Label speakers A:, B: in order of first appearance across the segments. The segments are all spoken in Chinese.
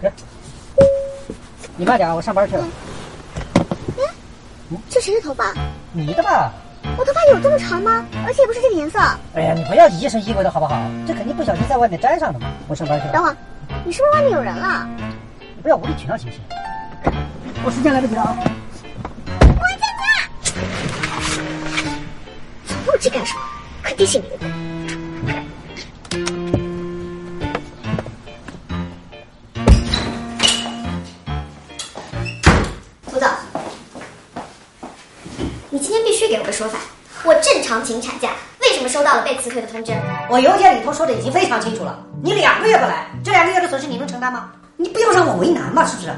A: 别，你慢点啊，我上班去了。
B: 这谁的头发？
A: 你的吧？
B: 我头发有这么长吗？而且也不是这个颜色。
A: 哎呀，你不要疑神疑鬼的好不好？这肯定不小心在外面沾上的嘛。我上班去
B: 等
A: 了，
B: 会儿，你是不是外面有人了？
A: 你不要无理取闹行不行？我时间来不及了啊！
B: 从不知干什么，肯定是你的锅。胡总，你今天必须给我个说法。我正常请产假，为什么收到了被辞退的通知？
A: 我邮件里头说的已经非常清楚了，你两个月不来，这两个月的损失你能承担吗？你不要让我为难嘛，是不是？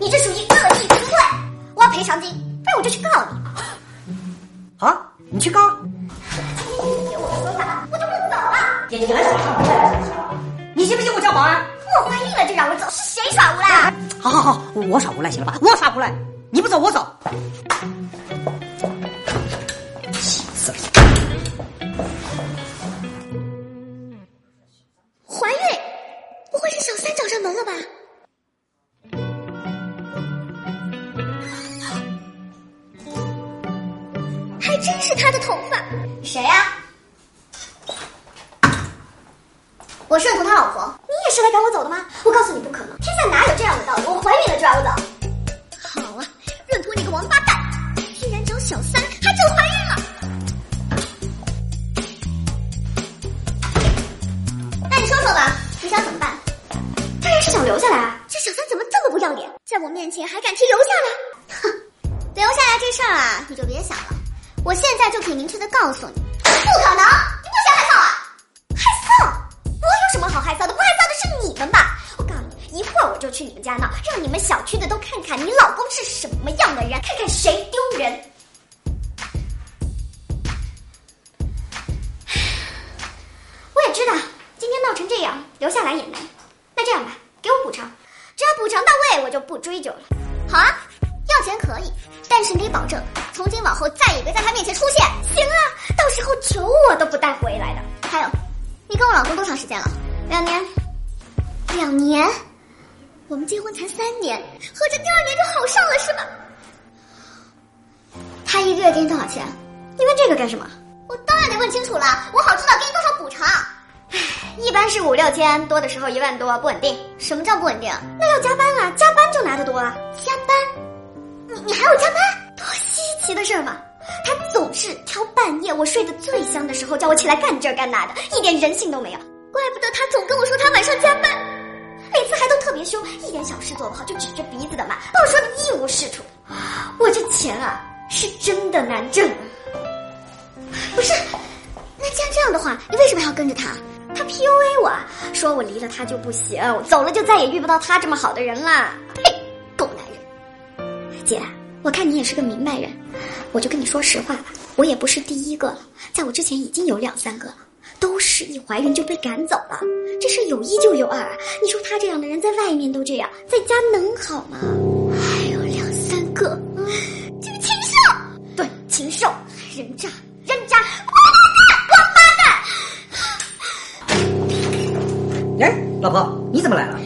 B: 你这属于恶意辞退，我要赔偿金，不然我就去告你。
A: 好，你去告啊。
B: 今天你给我个说法，我就不走了。
A: 你来耍上班你信不信我叫保安？
B: 我怀孕了就让我走，是谁耍无赖啊？
A: 好好好，我耍无赖行了吧？我耍无赖，你不走我走。气死了！
B: 怀孕？不会是小三找上门了吧？还真是她的头发。谁呀、我顺从他老婆，你也是来赶我走的吗？我告诉你不可能，天下哪有这样的道理？我怀孕了就让我走。好啊，闰土你个王八蛋，居然找小三，还整怀孕了。那你说说吧，你想怎么办？当然是想留下来啊！这小三怎么这么不要脸，在我面前还敢提留下来？哼，留下来这事儿啊，你就别想了。我现在就可以明确的告诉你，不可能！你不想害臊啊？害臊？我有什么好害臊的？不害臊的是你们吧？我告诉你，一会儿我就去你们家闹，让你们小区的都看看你老公是什么样的人，看看谁丢人。我也知道今天闹成这样，留下来也难。那这样吧，给我补偿，只要补偿到位，我就不追究了。好啊，要钱可以，但是你得保证，从今往后再也别在他面前出现。行啊，到时候酒我都不带回来的。还有，你跟我老公多长时间了？两年。两年？我们结婚才三年，合着第二年就好上了是吧？他一个月给你多少钱？你问这个干什么？我当然得问清楚了，我好知道给你多少补偿。一般是五六千，多的时候一万多，不稳定。什么叫不稳定？那要加班啊，加班就拿得多啊。加班？你你还要加班？多稀奇的事儿嘛！他总是挑半夜我睡得最香的时候叫我起来干这干那的，一点人性都没有。怪不得他总跟我说他晚上加班，每次还都特别凶，一点小事做不好就指着鼻子的骂，把我说的一无是处。我这钱啊，是真的难挣啊。不是，那既然这样的话，你为什么还要跟着他？他 PUA 我，啊说我离了他就不行，我走了就再也遇不到他这么好的人啦。呸，狗男人！姐，啊我看你也是个明白人，我就跟你说实话吧，我也不是第一个了，在我之前已经有两三个了，都是一怀孕就被赶走了，这是有一就有二啊。你说他这样的人在外面都这样，在家能好吗？还有两三个，这个禽兽！对，禽兽，人渣，人渣，王八蛋，王八蛋！
A: 哎，老婆，你怎么来了？